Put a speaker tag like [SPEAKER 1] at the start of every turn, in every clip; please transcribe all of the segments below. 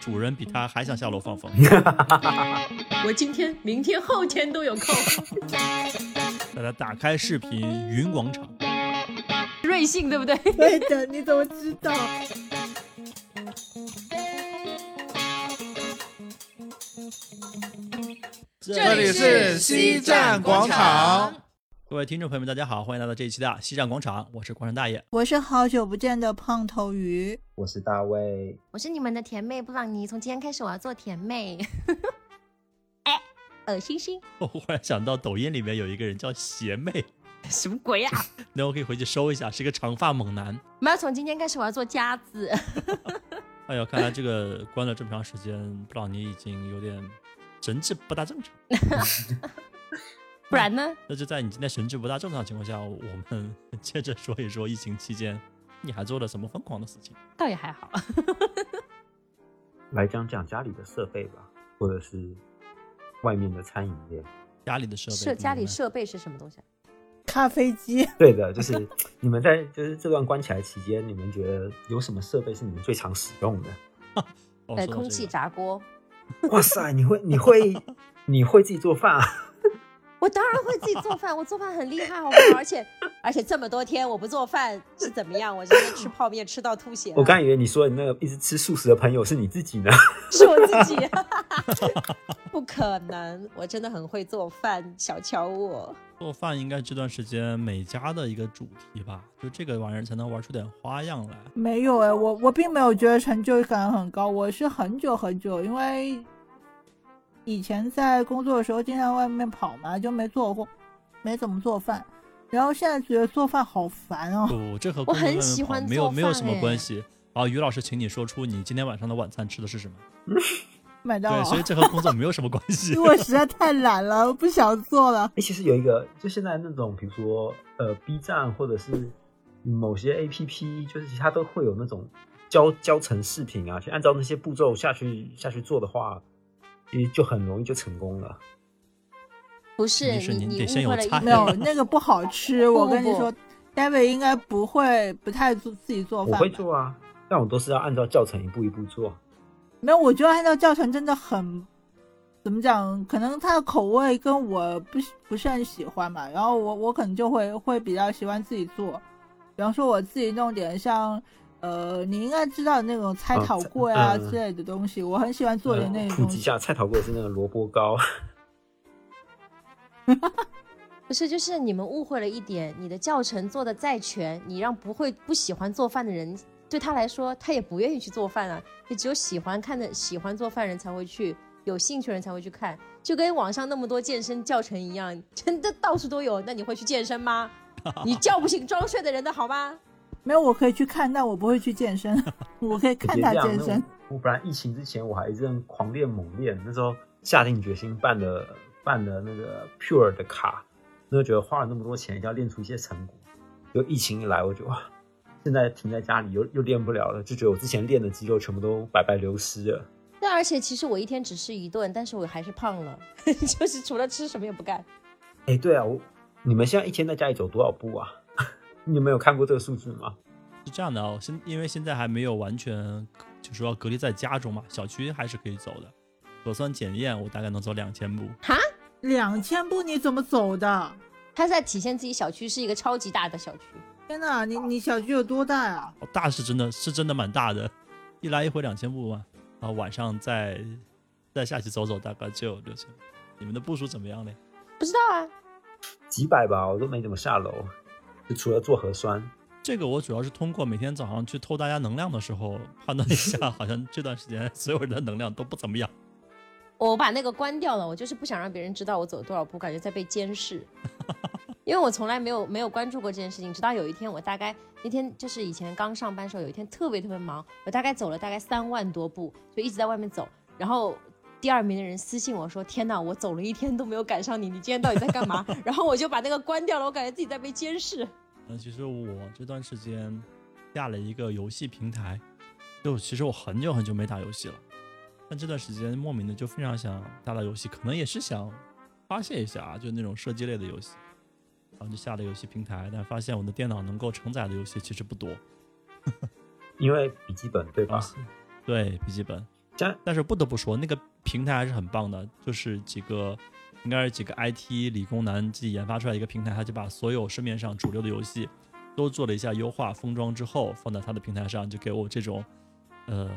[SPEAKER 1] 主人比他还想下楼放风。
[SPEAKER 2] 我今天、明天、后天都有空。
[SPEAKER 1] 大家打开视频云广场，
[SPEAKER 2] 瑞幸对不对？
[SPEAKER 3] 对的，你怎么知道？
[SPEAKER 4] 这里是西站广场。
[SPEAKER 1] 各位听众朋友们，大家好，欢迎来到这一期的西站广场，我是广场大爷。
[SPEAKER 3] 我是好久不见的胖头鱼，
[SPEAKER 5] 我是大卫，
[SPEAKER 6] 我是你们的甜妹布朗尼，从今天开始我要做甜妹。 哎，恶心心，
[SPEAKER 1] 我忽然想到抖音里面有一个人叫邪魅，
[SPEAKER 6] 什么鬼啊？
[SPEAKER 1] 那我可以回去搜一下，是个长发猛男。
[SPEAKER 6] 我们要从今天开始我要做夹子。
[SPEAKER 1] 哎呦，看来这个关了这么长时间，布朗尼已经有点神志不大正常。
[SPEAKER 6] 不然呢？
[SPEAKER 1] 那就在你今天神志不大正常的情况下，我们接着说一说疫情期间你还做了什么疯狂的事情。
[SPEAKER 6] 倒也还好。
[SPEAKER 5] 来讲讲家里的设备吧，或者是外面的餐饮业。
[SPEAKER 1] 家里的设备，
[SPEAKER 6] 设家里
[SPEAKER 1] 嗯
[SPEAKER 6] 设备是什么东西啊？
[SPEAKER 3] 咖啡机。
[SPEAKER 5] 对的，就是 你们在就是这段关起来期间，你们觉得有什么设备是你们最常使用的？
[SPEAKER 1] 哦
[SPEAKER 6] 呃，
[SPEAKER 1] 说到
[SPEAKER 6] 空
[SPEAKER 1] 这
[SPEAKER 6] 气
[SPEAKER 1] 个
[SPEAKER 6] 炸锅。
[SPEAKER 5] 哇塞，你会你会你会自己做饭啊？
[SPEAKER 6] 我当然会自己做饭，我做饭很厉害，好不好？而且而且这么多天我不做饭是怎么样？我今天吃泡面吃到吐血了，
[SPEAKER 5] 我刚以为你说你那个一直吃素食的朋友是你自己呢。
[SPEAKER 6] 是我自己， 不可能，我真的很会做饭，小瞧我。
[SPEAKER 1] 做饭应该这段时间每家的一个主题吧，就这个玩意儿才能玩出点花样来。
[SPEAKER 3] 没有哎，我我并没有觉得成就感很高，我是很久很久，因为以前在工作的时候经常外面跑嘛，就没做过，没怎么做饭。然后现在觉得做饭好烦哦，
[SPEAKER 1] 不，这和工作
[SPEAKER 6] 很
[SPEAKER 1] 量
[SPEAKER 6] 喜
[SPEAKER 1] 跑
[SPEAKER 6] 欢
[SPEAKER 1] 没有
[SPEAKER 6] 做
[SPEAKER 1] 没有
[SPEAKER 6] 饭
[SPEAKER 1] 什么关
[SPEAKER 6] 哎
[SPEAKER 1] 系。好，于老师，请你说出你今天晚上的晚餐吃的是什么？
[SPEAKER 3] 麦当
[SPEAKER 1] 对，
[SPEAKER 3] 劳
[SPEAKER 1] 所，以这和工作没有什么关系
[SPEAKER 3] 因。为我实在太懒了，我不想做了。
[SPEAKER 5] 哎，其实有一个，就现在那种，比如说呃，B 站或者是某些 A P P，就是其他都会有那种教教程视频啊，去按照那些步骤下去下去做的话，其实就很容易就成功了。
[SPEAKER 6] 不是
[SPEAKER 1] 你是
[SPEAKER 6] 你
[SPEAKER 1] 你
[SPEAKER 6] 你
[SPEAKER 1] 得先
[SPEAKER 6] 误会
[SPEAKER 1] 有
[SPEAKER 6] 了一
[SPEAKER 1] 菜啊
[SPEAKER 6] 个
[SPEAKER 3] 没 有那个不好吃，我跟你
[SPEAKER 6] 不
[SPEAKER 3] 说，David 应该不会不太做自己做
[SPEAKER 5] 我
[SPEAKER 3] 饭
[SPEAKER 5] 会
[SPEAKER 3] 吧
[SPEAKER 5] 做啊，但我都是要按照教程一步一步做。
[SPEAKER 3] 没有，我觉得按照教程真的很，怎么讲？可能它的口味跟我不是不是很喜欢嘛，然后我我可能就会会比较喜欢自己做，比方说我自己弄点像，呃，你应该知道那种菜
[SPEAKER 5] 啊
[SPEAKER 3] 头
[SPEAKER 5] 菜
[SPEAKER 3] 粿啊
[SPEAKER 5] 嗯
[SPEAKER 3] 之类的东西，我很喜欢做点那
[SPEAKER 5] 呃
[SPEAKER 3] 种
[SPEAKER 5] 普
[SPEAKER 3] 东
[SPEAKER 5] 及一
[SPEAKER 3] 西。
[SPEAKER 5] 下，菜头粿是那个萝卜糕，
[SPEAKER 6] 不是，就是你们误会了一点，你的教程做的再全，你让不会不喜欢做饭的人，对他来说，他也不愿意去做饭啊。也只有喜欢看的、喜欢做饭人才会去，有兴趣人才会去看，就跟网上那么多健身教程一样，真的到处都有。那你会去健身吗？你叫不醒装睡的人的好吗？
[SPEAKER 3] 没有，我可以去看，但我不会去健身， 我可以
[SPEAKER 5] 我
[SPEAKER 3] 看
[SPEAKER 5] 觉得
[SPEAKER 3] 他
[SPEAKER 5] 这样
[SPEAKER 3] 健
[SPEAKER 5] 那
[SPEAKER 3] 身
[SPEAKER 5] 我。我本来疫情之前我还一阵狂练猛练，那时候下定决心办的办的那个 Pure 的卡，那时候觉得花了那么多钱，一定要练出一些成果。就疫情一来，我就哇，现在停在家里又又练不了了，就觉得我之前练的肌肉全部都白白流失了。
[SPEAKER 6] 那而且其实我一天只吃一顿，但是我还是胖了， 就是除了吃什么也不干。
[SPEAKER 5] 哎，对啊，我你们现在一天在家里走多少步啊？ 你们有看过这个数字吗？
[SPEAKER 1] 是这样的啊、我现因为现在还没有完全就说要隔离在家中嘛，小区还是可以走的。核酸检验我大概能走两千步，
[SPEAKER 3] 两千步你怎么走的？
[SPEAKER 6] 他在体现自己小区是一个超级大的小区。
[SPEAKER 3] 天哪，你你小区有多大呀、
[SPEAKER 1] 哦大是真的是真的蛮大的，一来一回两千步嘛，然后晚上再再下去走走，大概就有六千。你们的步数怎么样呢？
[SPEAKER 6] 不知道啊，
[SPEAKER 5] 几百吧，我都没怎么下楼，就除了做核酸。
[SPEAKER 1] 这个我主要是通过每天早上去偷大家能量的时候判断一下，好像这段时间所有人的能量都不怎么样。
[SPEAKER 6] 我把那个关掉了，我就是不想让别人知道我走了多少步，感觉在被监视。 因为我从来没有没有关注过这件事情，直到有一天，我大概那天就是以前刚上班的时候，有一天特别特别忙，我大概走了大概三万多步，就一直在外面走。然后第二名的人私信我说：“天哪，我走了一天都没有赶上你，你今天到底在干嘛？” 然后我就把那个关掉了，我感觉自己在被监视。
[SPEAKER 1] 嗯，其实我这段时间下了一个游戏平台，就其实我很久很久没打游戏了，但这段时间莫名的就非常想打打游戏，可能也是想发泄一下啊，就那种射击类的游戏，然后就下了游戏平台，但发现我的电脑能够承载的游戏其实不多，
[SPEAKER 5] 因为笔记本对吧？
[SPEAKER 1] 对笔记本，
[SPEAKER 5] 啊加
[SPEAKER 1] 但是不得不说，那个平台还是很棒的，就是几个应该是几个 IT 理工男自己研发出来一个平台，他就把所有市面上主流的游戏都做了一下优化封装之后，放到他的平台上，就给我这种呃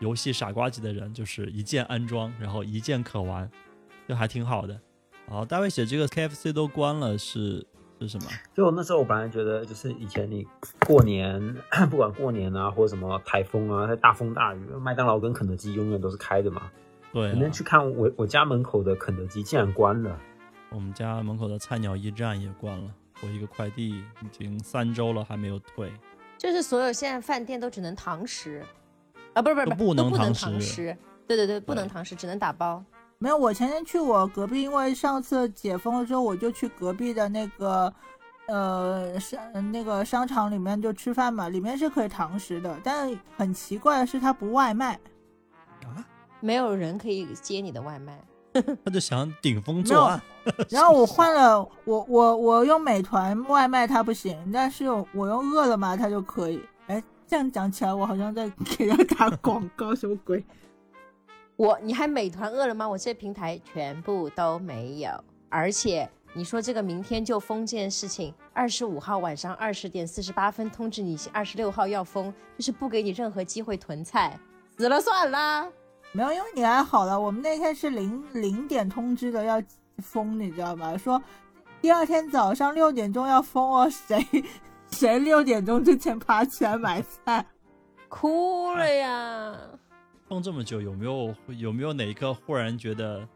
[SPEAKER 1] 游戏傻瓜级的人，就是一键安装，然后一键可玩，就还挺好的。好，大卫写这个 KFC 都关了是是什么？
[SPEAKER 5] 就那时候我本来觉得，就是以前你过年 不管过年啊或者什么台风啊，它大风大雨，麦当劳跟肯德基永远都是开的嘛。
[SPEAKER 1] 对、
[SPEAKER 5] 我那天
[SPEAKER 1] 啊，
[SPEAKER 5] 去看我我家门口的肯德基竟然关了，
[SPEAKER 1] 我们家门口的菜鸟驿站也关了，我一个快递已经三周了还没有退。
[SPEAKER 6] 就是所有现在饭店都只能堂食，啊，不是不是
[SPEAKER 1] 都
[SPEAKER 6] 是，
[SPEAKER 1] 不
[SPEAKER 6] 不
[SPEAKER 1] 能堂
[SPEAKER 6] 堂
[SPEAKER 1] 食
[SPEAKER 6] 食，对对对，不
[SPEAKER 1] 对
[SPEAKER 6] 能堂食，只能打包。
[SPEAKER 3] 没有，我前天去我隔壁，因为上次解封了之后，我就去隔壁的那个呃商那个商场里面就吃饭嘛，里面是可以堂食的，但很奇怪的是它不外卖，
[SPEAKER 6] 没有人可以接你的外卖，嗯
[SPEAKER 1] 他就想顶风
[SPEAKER 3] 没
[SPEAKER 1] 作
[SPEAKER 3] 有
[SPEAKER 1] 案。
[SPEAKER 3] 然后我换了，我我我用美团外卖它不行，但是我用饿了么它就可以。哎，这样讲起来，我好像在给人打广告，什么鬼？
[SPEAKER 6] 我你还美团、饿了么，我这些平台全部都没有。而且你说这个明天就封这件事情，二十五号晚上二十点四十八分通知你二十六号要封，就是不给你任何机会囤菜，死了算啦。
[SPEAKER 3] 没有，因为你还好了，我们那天是零零点通知的要封，你知道吗？说第二天早上六点钟要封哦，谁 谁六点钟之前爬起来买菜？
[SPEAKER 6] 哭了呀！
[SPEAKER 1] 放这么久，有没有有没有哪一刻忽然觉得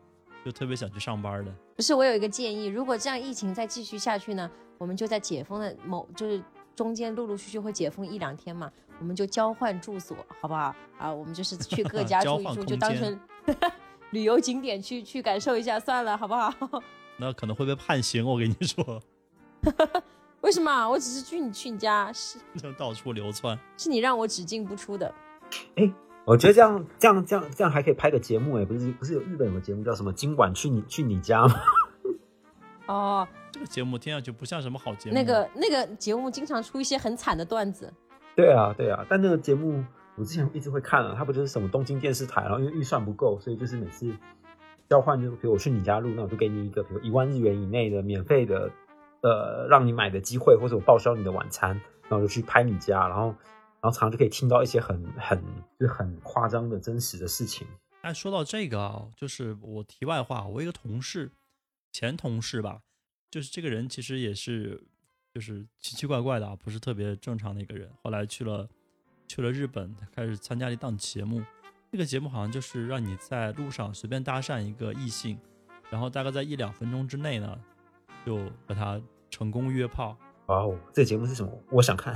[SPEAKER 1] 就特别想去上班的？
[SPEAKER 6] 不是，我有一个建议，如果这样疫情再继续下去呢，我们就在解封的某就是中间陆陆续续会解封一两天嘛，我们就交换住所，好不好？啊，我们就是 去各家
[SPEAKER 1] 交
[SPEAKER 6] 住一
[SPEAKER 1] 换
[SPEAKER 6] 住，
[SPEAKER 1] 空
[SPEAKER 6] 就当
[SPEAKER 1] 间
[SPEAKER 6] 成 旅游景点去去感受一下算了，好不好？
[SPEAKER 1] 那可能会被判刑。我跟你说，
[SPEAKER 6] 为什么？啊我只是去你去你家，是
[SPEAKER 1] 就到处流窜。
[SPEAKER 6] 是你让我只进不出的。
[SPEAKER 5] 我觉得这样这样这样这样还可以拍个节目哎，不是不是有日本有个节目叫什么今晚去你去你家吗？
[SPEAKER 6] 哦，
[SPEAKER 1] 这个节目听上去不像什么好节目。啊
[SPEAKER 6] 那个那个节目经常出一些很惨的段子，
[SPEAKER 5] 对啊对啊，但那个节目我之前一直会看啊，它不就是什么东京电视台，然后因为预算不够，所以就是每次交换就比如我去你家录，那我就给你一个比如一万日元以内的免费的呃让你买的机会，或者我报销你的晚餐，然后我就去拍你家，然后然后常常就可以听到一些很很就是很夸张的真实的事情。
[SPEAKER 1] 哎，说到这个啊，就是我题外话，我有一个同事，前同事吧，就是这个人其实也是就是奇奇怪怪的啊，不是特别正常的一个人。后来去了去了日本，他开始参加了一档节目，这个节目好像就是让你在路上随便搭讪一个异性，然后大概在一两分钟之内呢，就和他成功约炮。
[SPEAKER 5] 哇哦，这个节目是什么？我想看。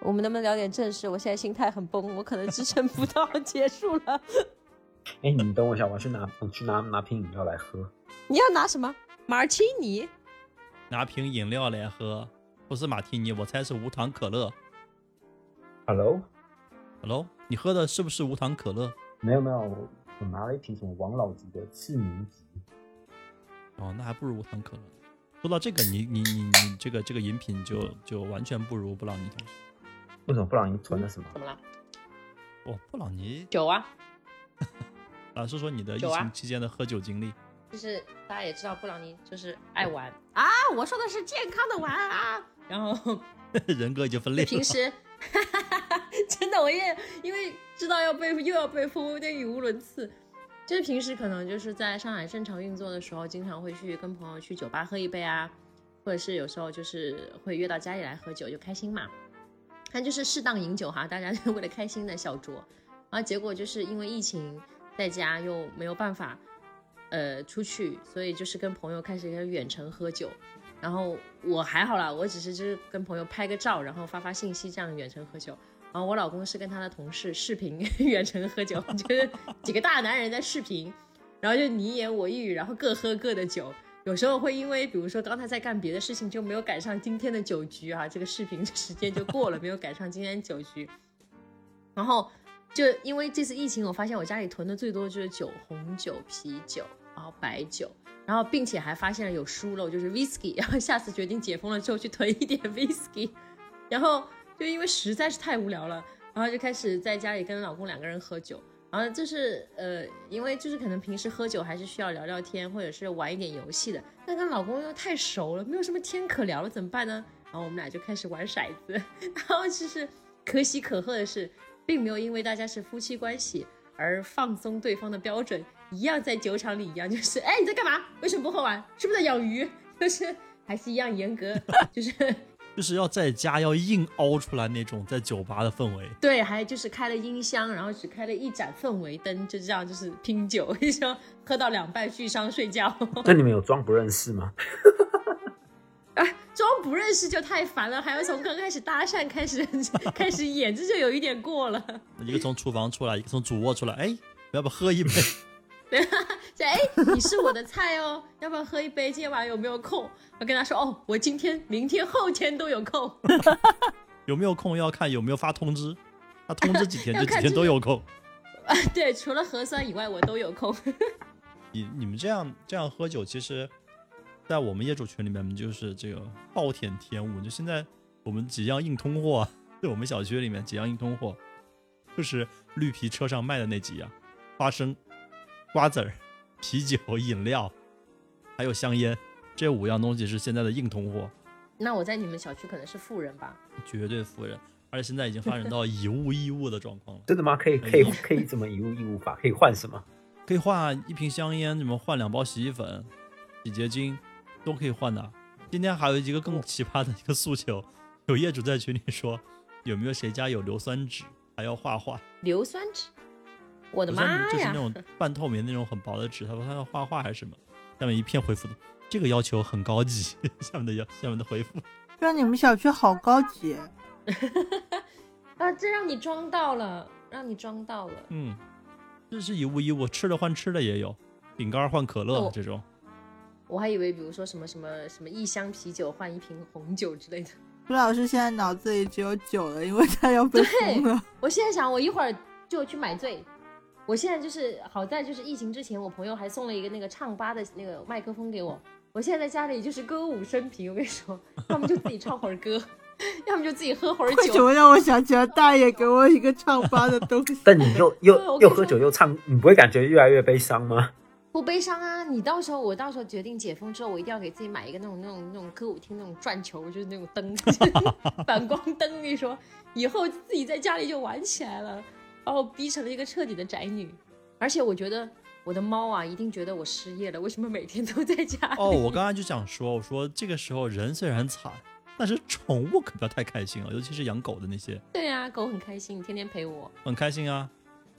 [SPEAKER 6] 我们能不能聊点正事？我现在心态很崩，我可能支撑不到 结束了。
[SPEAKER 5] 哎，你等我一下，我要去拿我去拿拿瓶饮料来喝。
[SPEAKER 6] 你要拿什么？马尔奇尼？
[SPEAKER 1] 拿瓶饮料来喝，不是马提尼，我猜是无糖可乐。
[SPEAKER 5] Hello，
[SPEAKER 1] Hello，你喝的是不是无糖可乐？
[SPEAKER 5] 没有没有，我我拿了一瓶什么王老吉的赤名吉。
[SPEAKER 1] 哦，那还不如无糖可乐。说到这个，你你你你这个这个饮品就就完全不如布朗尼同学。
[SPEAKER 5] 为什么布朗尼囤了什么？
[SPEAKER 6] 怎么了？
[SPEAKER 1] 哦，布朗 尼
[SPEAKER 6] 酒啊，
[SPEAKER 1] 啊，说说你的疫
[SPEAKER 6] 酒啊
[SPEAKER 1] 情期间的喝酒 经历。
[SPEAKER 6] 就是大家也知道布朗尼就是爱玩啊，我说的是健康的玩啊。然后
[SPEAKER 1] 人格已经分裂了。
[SPEAKER 6] 平时，真的我也因为知道要被又要被封，我有点语无伦次。就是平时可能就是在上海正常运作的时候，经常会去跟朋友去酒吧喝一杯啊，或者是有时候就是会约到家里来喝酒，就开心嘛。但就是适当饮酒哈，大家就为了开心的小酌。然后结果就是因为疫情在家又没有办法，呃，出去，所以就是跟朋友开始远程喝酒。然后我还好啦，我只是就是跟朋友拍个照，然后发发信息，这样远程喝酒。然后我老公是跟他的同事视频 远程喝酒，就是几个大男人在视频，然后就你一言我一语，然后各喝各的酒。有时候会因为比如说刚才在干别的事情，就没有赶上今天的酒局啊，这个视频时间就过了，没有赶上今天的酒局。然后就因为这次疫情，我发现我家里囤的最多就是酒，红酒、啤酒，然后白酒。然后并且还发现了有疏漏，就是 whisky，然 后下次决定解封了之后去囤一点 whisky，然后就因为实在是太无聊了，然后就开始在家里跟老公两个人喝酒。然后就是呃，因为就是可能平时喝酒还是需要聊聊天，或者是玩一点游戏的。但跟老公又太熟了，没有什么天可聊了，怎么办呢？然后我们俩就开始玩骰子。 然后就是可喜可贺的是，并没有因为大家是夫妻关系而放松对方的标准，一样在酒场里一样就是， 哎，你在干嘛？为什么不喝完？是不是在养鱼？ 就是还是一样严格，就是
[SPEAKER 1] 就是要在家要硬凹出来那种在酒吧的氛围。
[SPEAKER 6] 对，还就是开了音箱，然后只开了一盏氛围灯，就这样就是拼酒，一说喝到两半续伤睡觉。
[SPEAKER 5] 那你们有装不认识吗？
[SPEAKER 6] 哎装不认识就太烦了，还要从刚开始搭讪 开始开始演，这就有一点过了。
[SPEAKER 1] 一个从厨房出来，一个从主卧出来，哎，要不要喝一杯？
[SPEAKER 6] 这哎，你是我的菜哦，要不要喝一杯？今天晚上有没有空？我跟他说哦，我今天、明天、后天都有空，
[SPEAKER 1] 有没有空要看有没有发通知，他通知几天
[SPEAKER 6] 要
[SPEAKER 1] 这几
[SPEAKER 6] 看
[SPEAKER 1] 天
[SPEAKER 6] 这
[SPEAKER 1] 都
[SPEAKER 6] 个
[SPEAKER 1] 有空。
[SPEAKER 6] 对，除了核酸以外我都有空。
[SPEAKER 1] 你你们这样这样喝酒，其实，在我们业主群里面就是这个暴殄天物。就现在我们几样硬通货， 对我们小区里面几样硬通货，就是绿皮车上卖的那几样：花生、瓜子儿、啤酒、饮料，还有香烟。这五样东西是现在的硬通货，
[SPEAKER 6] 那我在你们小区可能是富人吧？
[SPEAKER 1] 绝对富人。而且现在已经发展到以物易物的状况了，
[SPEAKER 5] 真的吗？可以可以可以怎么以物易物法？可以换什么？
[SPEAKER 1] 可以换一瓶香烟，什么换两包洗衣粉、洗洁精，都可以换的。今天还有一个更奇葩的一个诉求， 有业主在群里说，有没有谁家有硫酸纸，还要画画？
[SPEAKER 6] 硫酸纸，我的
[SPEAKER 1] 硫酸
[SPEAKER 6] 妈
[SPEAKER 1] 纸就是
[SPEAKER 6] 呀
[SPEAKER 1] 那！种半透明那种很薄的纸，他说他要画画还是什么？下面一片回复的，这个要求很高级。 下面的要下面的回复，
[SPEAKER 3] 让啊你们小区好高级，
[SPEAKER 6] 啊，这让你装到了，让你装到了。
[SPEAKER 1] 嗯，这是以物易物，吃的换吃的也有，饼干换可乐
[SPEAKER 6] 哦
[SPEAKER 1] 这种。
[SPEAKER 6] 我还以为比如说什么什么什么一箱啤酒换一瓶红酒之类的。
[SPEAKER 3] 朱老师现在脑子里只有酒了，因为他要被封了。
[SPEAKER 6] 我现在想，我一会儿就去买醉。我现在就是好在就是疫情之前，我朋友还送了一个那个唱吧的那个麦克风给我。我现在在家里就是歌舞升平，我跟你说，要么就自己唱会儿歌， 要么就自己喝会儿
[SPEAKER 3] 为什
[SPEAKER 6] 酒。
[SPEAKER 3] 么让我想起了大爷给我一个唱吧的东 西？
[SPEAKER 5] 但你又
[SPEAKER 6] 对我跟你
[SPEAKER 5] 又又
[SPEAKER 6] 说
[SPEAKER 5] 喝酒又唱，你不会感觉越来越悲伤吗？
[SPEAKER 6] 不悲伤啊！你到时候我到时候决定解封之后，我一定要给自己买一个那种那种那种歌舞厅那种转球，就是那种灯， 反光灯。你说以后自己在家里就玩起来了，把我逼成了一个彻底的宅女。而且我觉得我的猫啊，一定觉得我失业了，为什么每天都在家里？
[SPEAKER 1] 哦，我刚才就想说，我说这个时候人虽然惨，但是宠物可不要太开心啊，尤其是养狗的那些，
[SPEAKER 6] 对啊，狗很开心，天天陪我。
[SPEAKER 1] 很开心啊，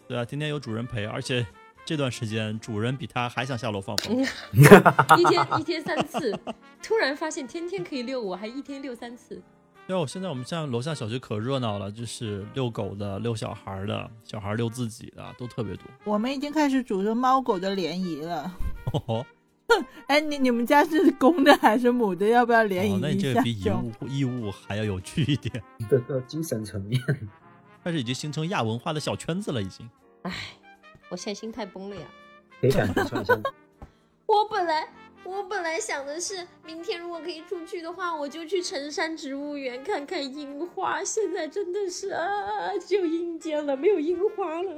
[SPEAKER 1] 对啊，天天有主人陪，而且这段时间主人比它还想下楼放风，
[SPEAKER 6] 一天一天三次，突然发现天天可以遛我，还一天遛三次。
[SPEAKER 1] 对啊，我现在我们像楼下小区可热闹了，就是遛狗的、遛小孩的、小孩遛自己的都特别多。
[SPEAKER 3] 我们已经开始组织猫狗的联谊了。
[SPEAKER 1] 哦吼，
[SPEAKER 3] 哎，你你们家是公的还是母的？要不要联
[SPEAKER 1] 哦那
[SPEAKER 3] 谊
[SPEAKER 1] 你这
[SPEAKER 3] 一
[SPEAKER 1] 个
[SPEAKER 3] 下？
[SPEAKER 1] 比义务义务还要有趣一点，
[SPEAKER 5] 这个精神层面，
[SPEAKER 1] 但是已经形成亚文化的小圈子了，已经。
[SPEAKER 6] 我现在心态崩了呀。
[SPEAKER 5] 可以感觉出来 像
[SPEAKER 6] 我本来我本来想的是，明天如果可以出去的话，我就去城山植物园看看樱花。现在真的是啊，只有阴间了，没有樱花了。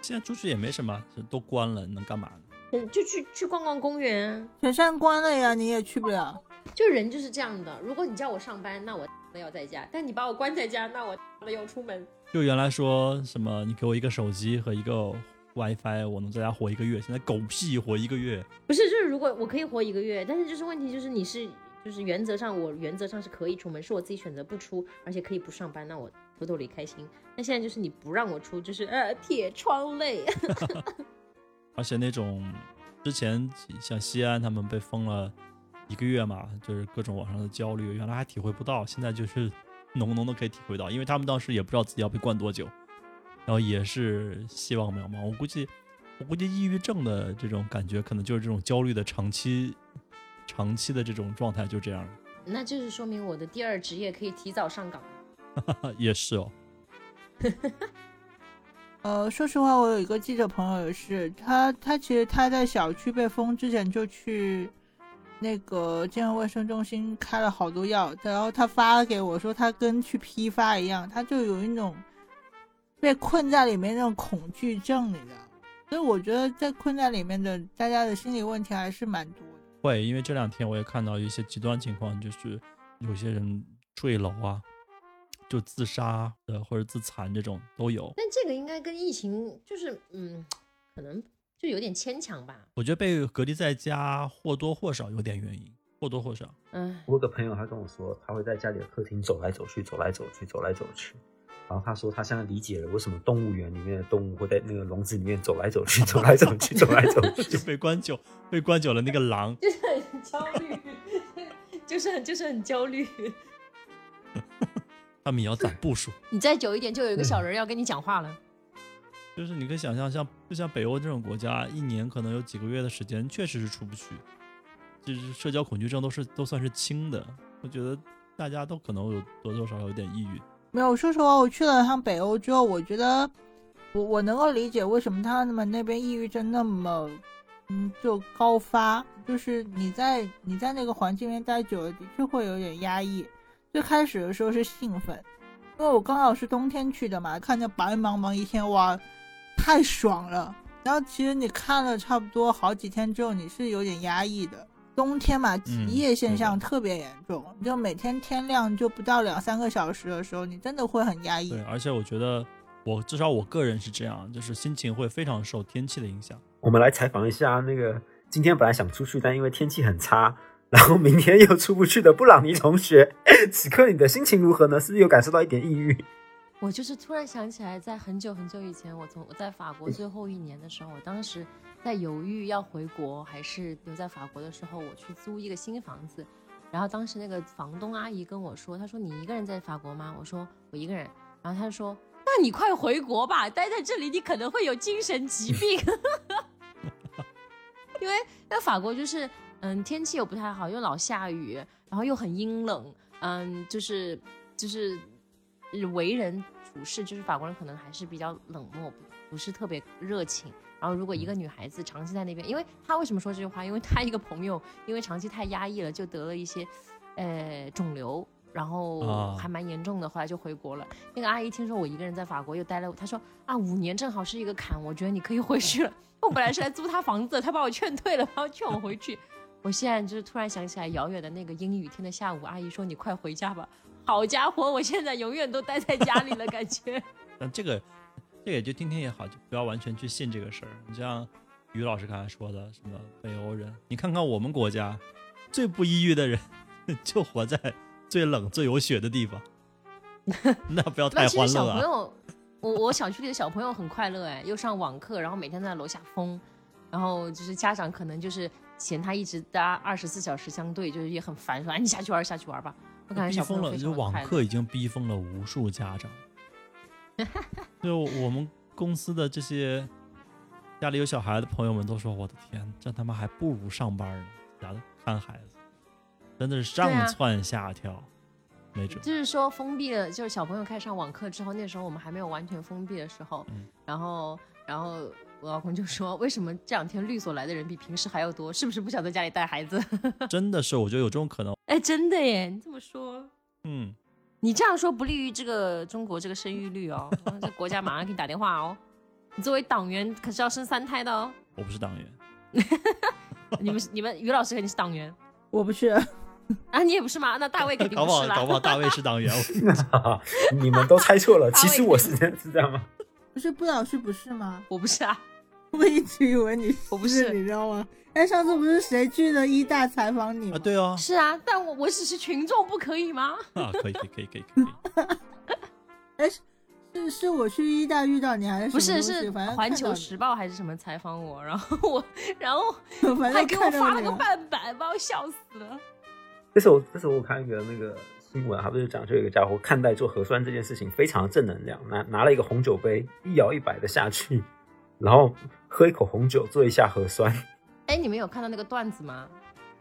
[SPEAKER 1] 现在出去也没什么，都关了，能干嘛呢？
[SPEAKER 6] 嗯，就去去逛逛公园，
[SPEAKER 3] 全山关了呀，你也去不了。
[SPEAKER 6] 就人就是这样的。如果你叫我上班，那我要在家；但你把我关在家，那我要出门。
[SPEAKER 1] 就原来说什么，你给我一个手机和一个 WiFi，我能在家活一个月。现在狗屁活一个月，
[SPEAKER 6] 不是，就是如果我可以活一个月，但是就是问题就是你是就是原则上我原则上是可以出门，是我自己选择不出，而且可以不上班，那我偷偷离开心。那现在就是你不让我出，就是呃铁窗泪。
[SPEAKER 1] 而且那种之前像西安他们被封了一个月嘛，就是各种网上的焦虑，原来还体会不到，现在就是浓浓的可以体会到，因为他们当时也不知道自己要被关多久，然后也是希望渺茫。我估计，我估计抑郁症的这种感觉，可能就是这种焦虑的长期、长期的这种状态，就这样了。
[SPEAKER 6] 那就是说明我的第二职业可以提早上岗。
[SPEAKER 1] 也是哦，
[SPEAKER 3] 呃，说实话，我有一个记者朋友也是，他他其实他在小区被封之前就去那个健康卫生中心开了好多药，然后他发给我说他跟去批发一样，他就有一种被困在里面那种恐惧症里的。所以我觉得在困在里面的大家的心理问题还是蛮多的。
[SPEAKER 1] 会，因为这两天我也看到一些极端情况，就是有些人坠楼啊，就自杀的或者自残这种都有。
[SPEAKER 2] 但这个应该跟疫情就是嗯，可能就有点牵强吧。
[SPEAKER 1] 我觉得被隔离在家或多或少有点原因，或多或少。
[SPEAKER 2] 嗯，
[SPEAKER 5] 我有个朋友，他跟我说，他会在家里的客厅走来走去，走来走去，走来走去。然后他说，他现在理解了为什么动物园里面的动物会在那个笼子里面走来走去，走来走去，走来走
[SPEAKER 1] 就
[SPEAKER 5] 去。
[SPEAKER 1] 被关久，被关久了那个狼，
[SPEAKER 2] 就是很焦虑， 就是很就是很焦虑。
[SPEAKER 1] 他们也要攒部署。
[SPEAKER 6] 你再久一点，就有一个小人要跟你讲话了。
[SPEAKER 1] 就是你可以想象像，就像北欧这种国家，一年可能有几个月的时间确实是出不去，就是社交恐惧症都是都算是轻的。我觉得大家都可能有多多少少有点抑郁。
[SPEAKER 3] 没有，说实话，我去了趟北欧之后，我觉得我我能够理解为什么他们那边抑郁症那么嗯就高发，就是你在你在那个环境里面待久了，的确会有点压抑。最开始的时候是兴奋，因为我刚好是冬天去的嘛，看着白茫茫一片，哇，太爽了。然后其实你看了差不多好几天之后，你是有点压抑的。冬天嘛，极夜现象特别严重，你就每天天亮就不到两三个小时的时候，你真的会很压抑
[SPEAKER 1] 对，。而且我觉得我至少我个人是这样，就是心情会非常受天气的影响。
[SPEAKER 5] 我们来采访一下那个今天本来想出去，但因为天气很差， 然后明天又出不去的布朗尼同学。 此刻你的心情如何呢？是不是有感受到一点抑郁？
[SPEAKER 6] 我就是突然想起来，在很久很久以前，我从我在法国最后一年的时候，我当时在犹豫要回国还是留在法国的时候，我去租一个新房子，然后当时那个房东阿姨跟我说，她说你一个人在法国吗？我说我一个人，然后她说那你快回国吧，待在这里你可能会有精神疾病， 因为那法国就是嗯天气又不太好，又老下雨，然后又很阴冷，嗯，就是就是呃为人处事，就是法国人可能还是比较冷漠，不不是特别热情。然后如果一个女孩子长期在那边，因为她为什么说这句话？因为她一个朋友因为长期太压抑了，就得了一些呃肿瘤。然后
[SPEAKER 1] 啊
[SPEAKER 6] 还蛮严重的，后来就回国了。那个阿姨听说我一个人在法国又待了，她说啊，五年正好是一个坎，我觉得你可以回去了。 我本来是来租她房子的，她把我劝退了，然后劝我回去。我现在就是突然想起来遥远的那个阴雨天的下午，阿姨说你快回家吧。好家伙，我现在永远都待在家里了，感觉。
[SPEAKER 1] 但这个这个也就听听也好，就不要完全去信这个事儿。你像于老师刚才说的，什么北欧人，你看看我们国家最不抑郁的人， 就活在最冷最有雪的地方， 那不要
[SPEAKER 6] 那
[SPEAKER 1] 太
[SPEAKER 6] 其实
[SPEAKER 1] 欢
[SPEAKER 6] 小
[SPEAKER 1] 乐
[SPEAKER 6] 朋
[SPEAKER 1] 啊！
[SPEAKER 6] 友，我我小区里的小朋友很快乐哎，又上网课，然后每天在楼下疯，然后就是家长可能就是嫌他一直搭二十四小时相对，就是也很烦，说哎你下去玩下去玩吧。我感觉
[SPEAKER 1] 逼
[SPEAKER 6] 小朋
[SPEAKER 1] 疯
[SPEAKER 6] 友
[SPEAKER 1] 了，
[SPEAKER 6] 非
[SPEAKER 1] 就
[SPEAKER 6] 常地
[SPEAKER 1] 网
[SPEAKER 6] 快乐
[SPEAKER 1] 课已经逼疯了无数家 长。就我们公司的这些家里有小孩的朋友们都说：“我的天，这他妈还不如上班呢，家的看孩子，真的是
[SPEAKER 6] 对啊
[SPEAKER 1] 上蹿下跳，没辙。”
[SPEAKER 6] 就是说封闭了，就是小朋友开始上网课之后，那时候我们还没有完全封闭的时候，
[SPEAKER 1] 嗯
[SPEAKER 6] 然后然后我老公就说，为什么这两天律所来的人比平时还要多？是不是不想在家里带孩子？
[SPEAKER 1] 真的是，我觉得有这种可能。
[SPEAKER 6] 哎，真的耶，你这么说。
[SPEAKER 1] 嗯，
[SPEAKER 6] 你这样说不利于这个中国这个生育率哦，这国家马上给你打电话哦。你作为党员可是要生三胎的哦。
[SPEAKER 1] 我不是党员，
[SPEAKER 6] 你们你们于老师肯定是党员
[SPEAKER 3] 我不是，
[SPEAKER 6] 啊，你也不是吗？那大卫肯定
[SPEAKER 1] 搞不
[SPEAKER 6] 不
[SPEAKER 1] 好
[SPEAKER 6] 是啦
[SPEAKER 1] 搞。不好大卫是党员，
[SPEAKER 5] 哈哈，你们都猜错了，其实我是是这样吗？
[SPEAKER 3] 不是布老师不是吗？
[SPEAKER 6] 我不是啊，
[SPEAKER 3] 我一直以为你
[SPEAKER 6] 我不
[SPEAKER 3] 是，
[SPEAKER 6] 是
[SPEAKER 3] 你知道吗？哎，上次不是谁去的医大采访你
[SPEAKER 1] 我
[SPEAKER 3] 吗？
[SPEAKER 1] 啊，对哦，
[SPEAKER 6] 是啊，但我我只是群众，不可以吗？
[SPEAKER 1] 啊，可以可以可以可以可以，
[SPEAKER 3] 是是我去医大遇到你还是
[SPEAKER 6] 不是
[SPEAKER 3] 什么东西
[SPEAKER 6] 是
[SPEAKER 3] 反
[SPEAKER 6] 《
[SPEAKER 3] 正
[SPEAKER 6] 环
[SPEAKER 3] 看到
[SPEAKER 6] 球
[SPEAKER 3] 你
[SPEAKER 6] 时报》还是什么采访我，然后我然后
[SPEAKER 3] 反
[SPEAKER 6] 还
[SPEAKER 3] 正
[SPEAKER 6] 给我
[SPEAKER 3] 看
[SPEAKER 6] 发
[SPEAKER 3] 到
[SPEAKER 6] 了
[SPEAKER 3] 你
[SPEAKER 6] 个
[SPEAKER 3] 了。
[SPEAKER 6] 半百，把我笑死了。
[SPEAKER 5] 这是我这是我看一个那个新闻，还不是讲这有一个家伙看待做核酸这件事情非常正能量，拿拿了一个红酒杯一摇一摆的下去，然后喝一口红酒做一下核酸。
[SPEAKER 6] 哎，你们有看到那个段子吗？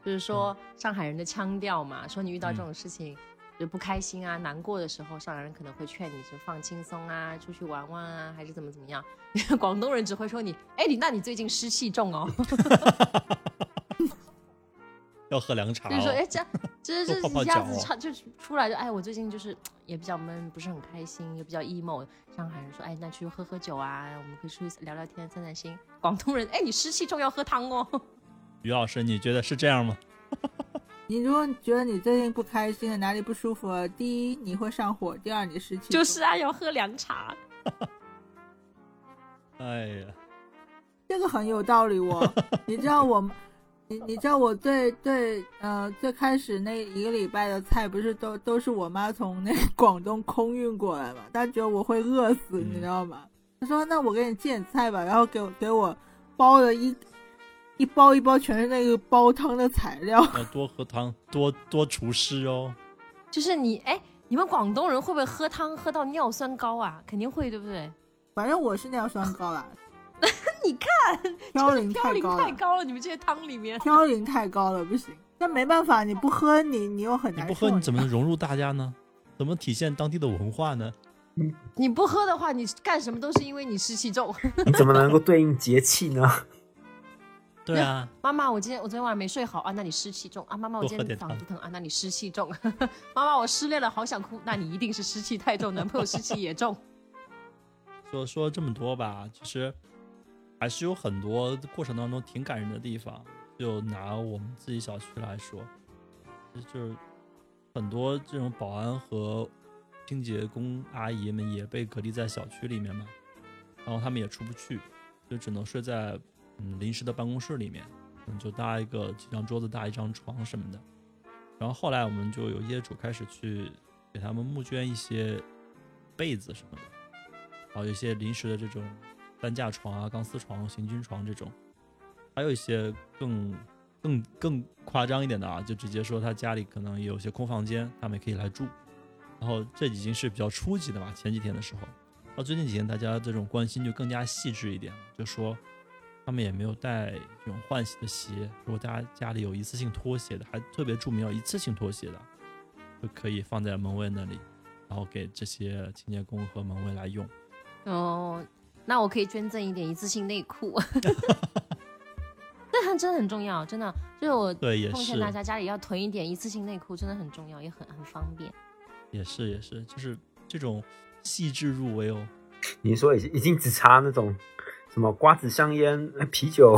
[SPEAKER 6] 就是说
[SPEAKER 1] 嗯
[SPEAKER 6] 上海人的腔调嘛，说你遇到这种事情，就不开心啊、难过的时候，上海人可能会劝你就放轻松啊，出去玩玩啊，还是怎么怎么样。 广东人只会说你，哎，你那你最近湿气重哦。
[SPEAKER 1] 要喝凉茶、
[SPEAKER 6] 就是说，哎，
[SPEAKER 1] 哦。
[SPEAKER 6] 这样这
[SPEAKER 1] 多
[SPEAKER 6] 这
[SPEAKER 1] 泡泡
[SPEAKER 6] 一下
[SPEAKER 1] 脚
[SPEAKER 6] 子
[SPEAKER 1] 哦
[SPEAKER 6] 差就出来就，哎，我最近就是也比较闷，不是很开心，也比较 emo。上海人说，哎，那去喝喝酒啊，我们可以出去聊聊天、散散心。广东人，哎，你湿气重要喝汤哦。
[SPEAKER 1] 于老师，你觉得是这样吗？
[SPEAKER 3] 你如果觉得你最近不开心了，哪里不舒服了，第一你会上火，第二你湿气重
[SPEAKER 6] 就是啊，要喝凉茶。
[SPEAKER 1] 哎呀，
[SPEAKER 3] 这个很有道理 哦。你知道我们，你你知道我最最呃最开始那一个礼拜的菜不是都都是我妈从那广东空运过来嘛？她觉得我会饿死，
[SPEAKER 1] 嗯
[SPEAKER 3] 你知道吗？她说那我给你寄点菜吧，然后给我给我包了一一包一包全是那个煲汤的材料。
[SPEAKER 1] 要多喝汤，多多除湿哦。
[SPEAKER 6] 就是你，哎，你们广东人会不会喝汤喝到尿酸高啊？肯定会，对不对？
[SPEAKER 3] 反正我是尿酸高啦，
[SPEAKER 6] 你看，
[SPEAKER 3] 嘌呤
[SPEAKER 6] 嘌
[SPEAKER 3] 太
[SPEAKER 6] 呤
[SPEAKER 3] 高
[SPEAKER 6] 太
[SPEAKER 3] 了，
[SPEAKER 6] 高了，你们这些汤里面。
[SPEAKER 3] 嘌呤太高了不行。那没办法，你不喝你你又很
[SPEAKER 1] 你
[SPEAKER 3] 难
[SPEAKER 1] 不
[SPEAKER 3] 受。
[SPEAKER 1] 喝，你怎么能融入大家呢？怎么体现当地的文化呢？
[SPEAKER 6] 你不喝的话，你干什么都是因为你湿气重。
[SPEAKER 5] 你怎么能够对应节气呢？
[SPEAKER 1] 对啊，
[SPEAKER 6] 妈妈，我今天我昨天晚上没睡好啊，那你湿气重啊。妈妈，我
[SPEAKER 1] 多
[SPEAKER 6] 今
[SPEAKER 1] 喝
[SPEAKER 6] 天
[SPEAKER 1] 点
[SPEAKER 6] 嗓
[SPEAKER 1] 汤
[SPEAKER 6] 子疼啊，那你湿气重。 妈妈，我失恋了，好想哭，那你一定是湿气太重，男朋友湿气也重。
[SPEAKER 1] 说说这么多吧，其实还是有很多过程当中挺感人的地方。就拿我们自己小区来说，就就是很多这种保安和清洁工阿姨们也被隔离在小区里面嘛，然后他们也出不去，就只能睡在嗯临时的办公室里面，嗯就搭一个几张桌子搭一张床什么的。然后后来我们就有业主开始去给他们募捐一些被子什么的。然后有一些临时的这种担架床啊、钢丝床、行军床这种，还有一些更更更夸张一点的啊，就直接说他家里可能也有些空房间，他们也可以来住。然后这已经是比较初级的吧，前几天的时候，到最近几天大家这种关心就更加细致一点，就说他们也没有带这种换洗的鞋，如果大家家里有一次性拖鞋的，还特别注明要一次性拖鞋的，就可以放在门卫那里，然后给这些清洁工和门卫来用。
[SPEAKER 6] 哦，那我可以捐赠一点一次性内裤。 但真的很重要，真的就是我
[SPEAKER 1] 对，也
[SPEAKER 6] 奉
[SPEAKER 1] 是
[SPEAKER 6] 劝大家家里要囤一点一次性内裤，真的很重要，也很很方便。
[SPEAKER 1] 也是也是，就是这种细致入微哦。
[SPEAKER 5] 你说已经已经只差那种什么瓜子香烟、呃啤 酒，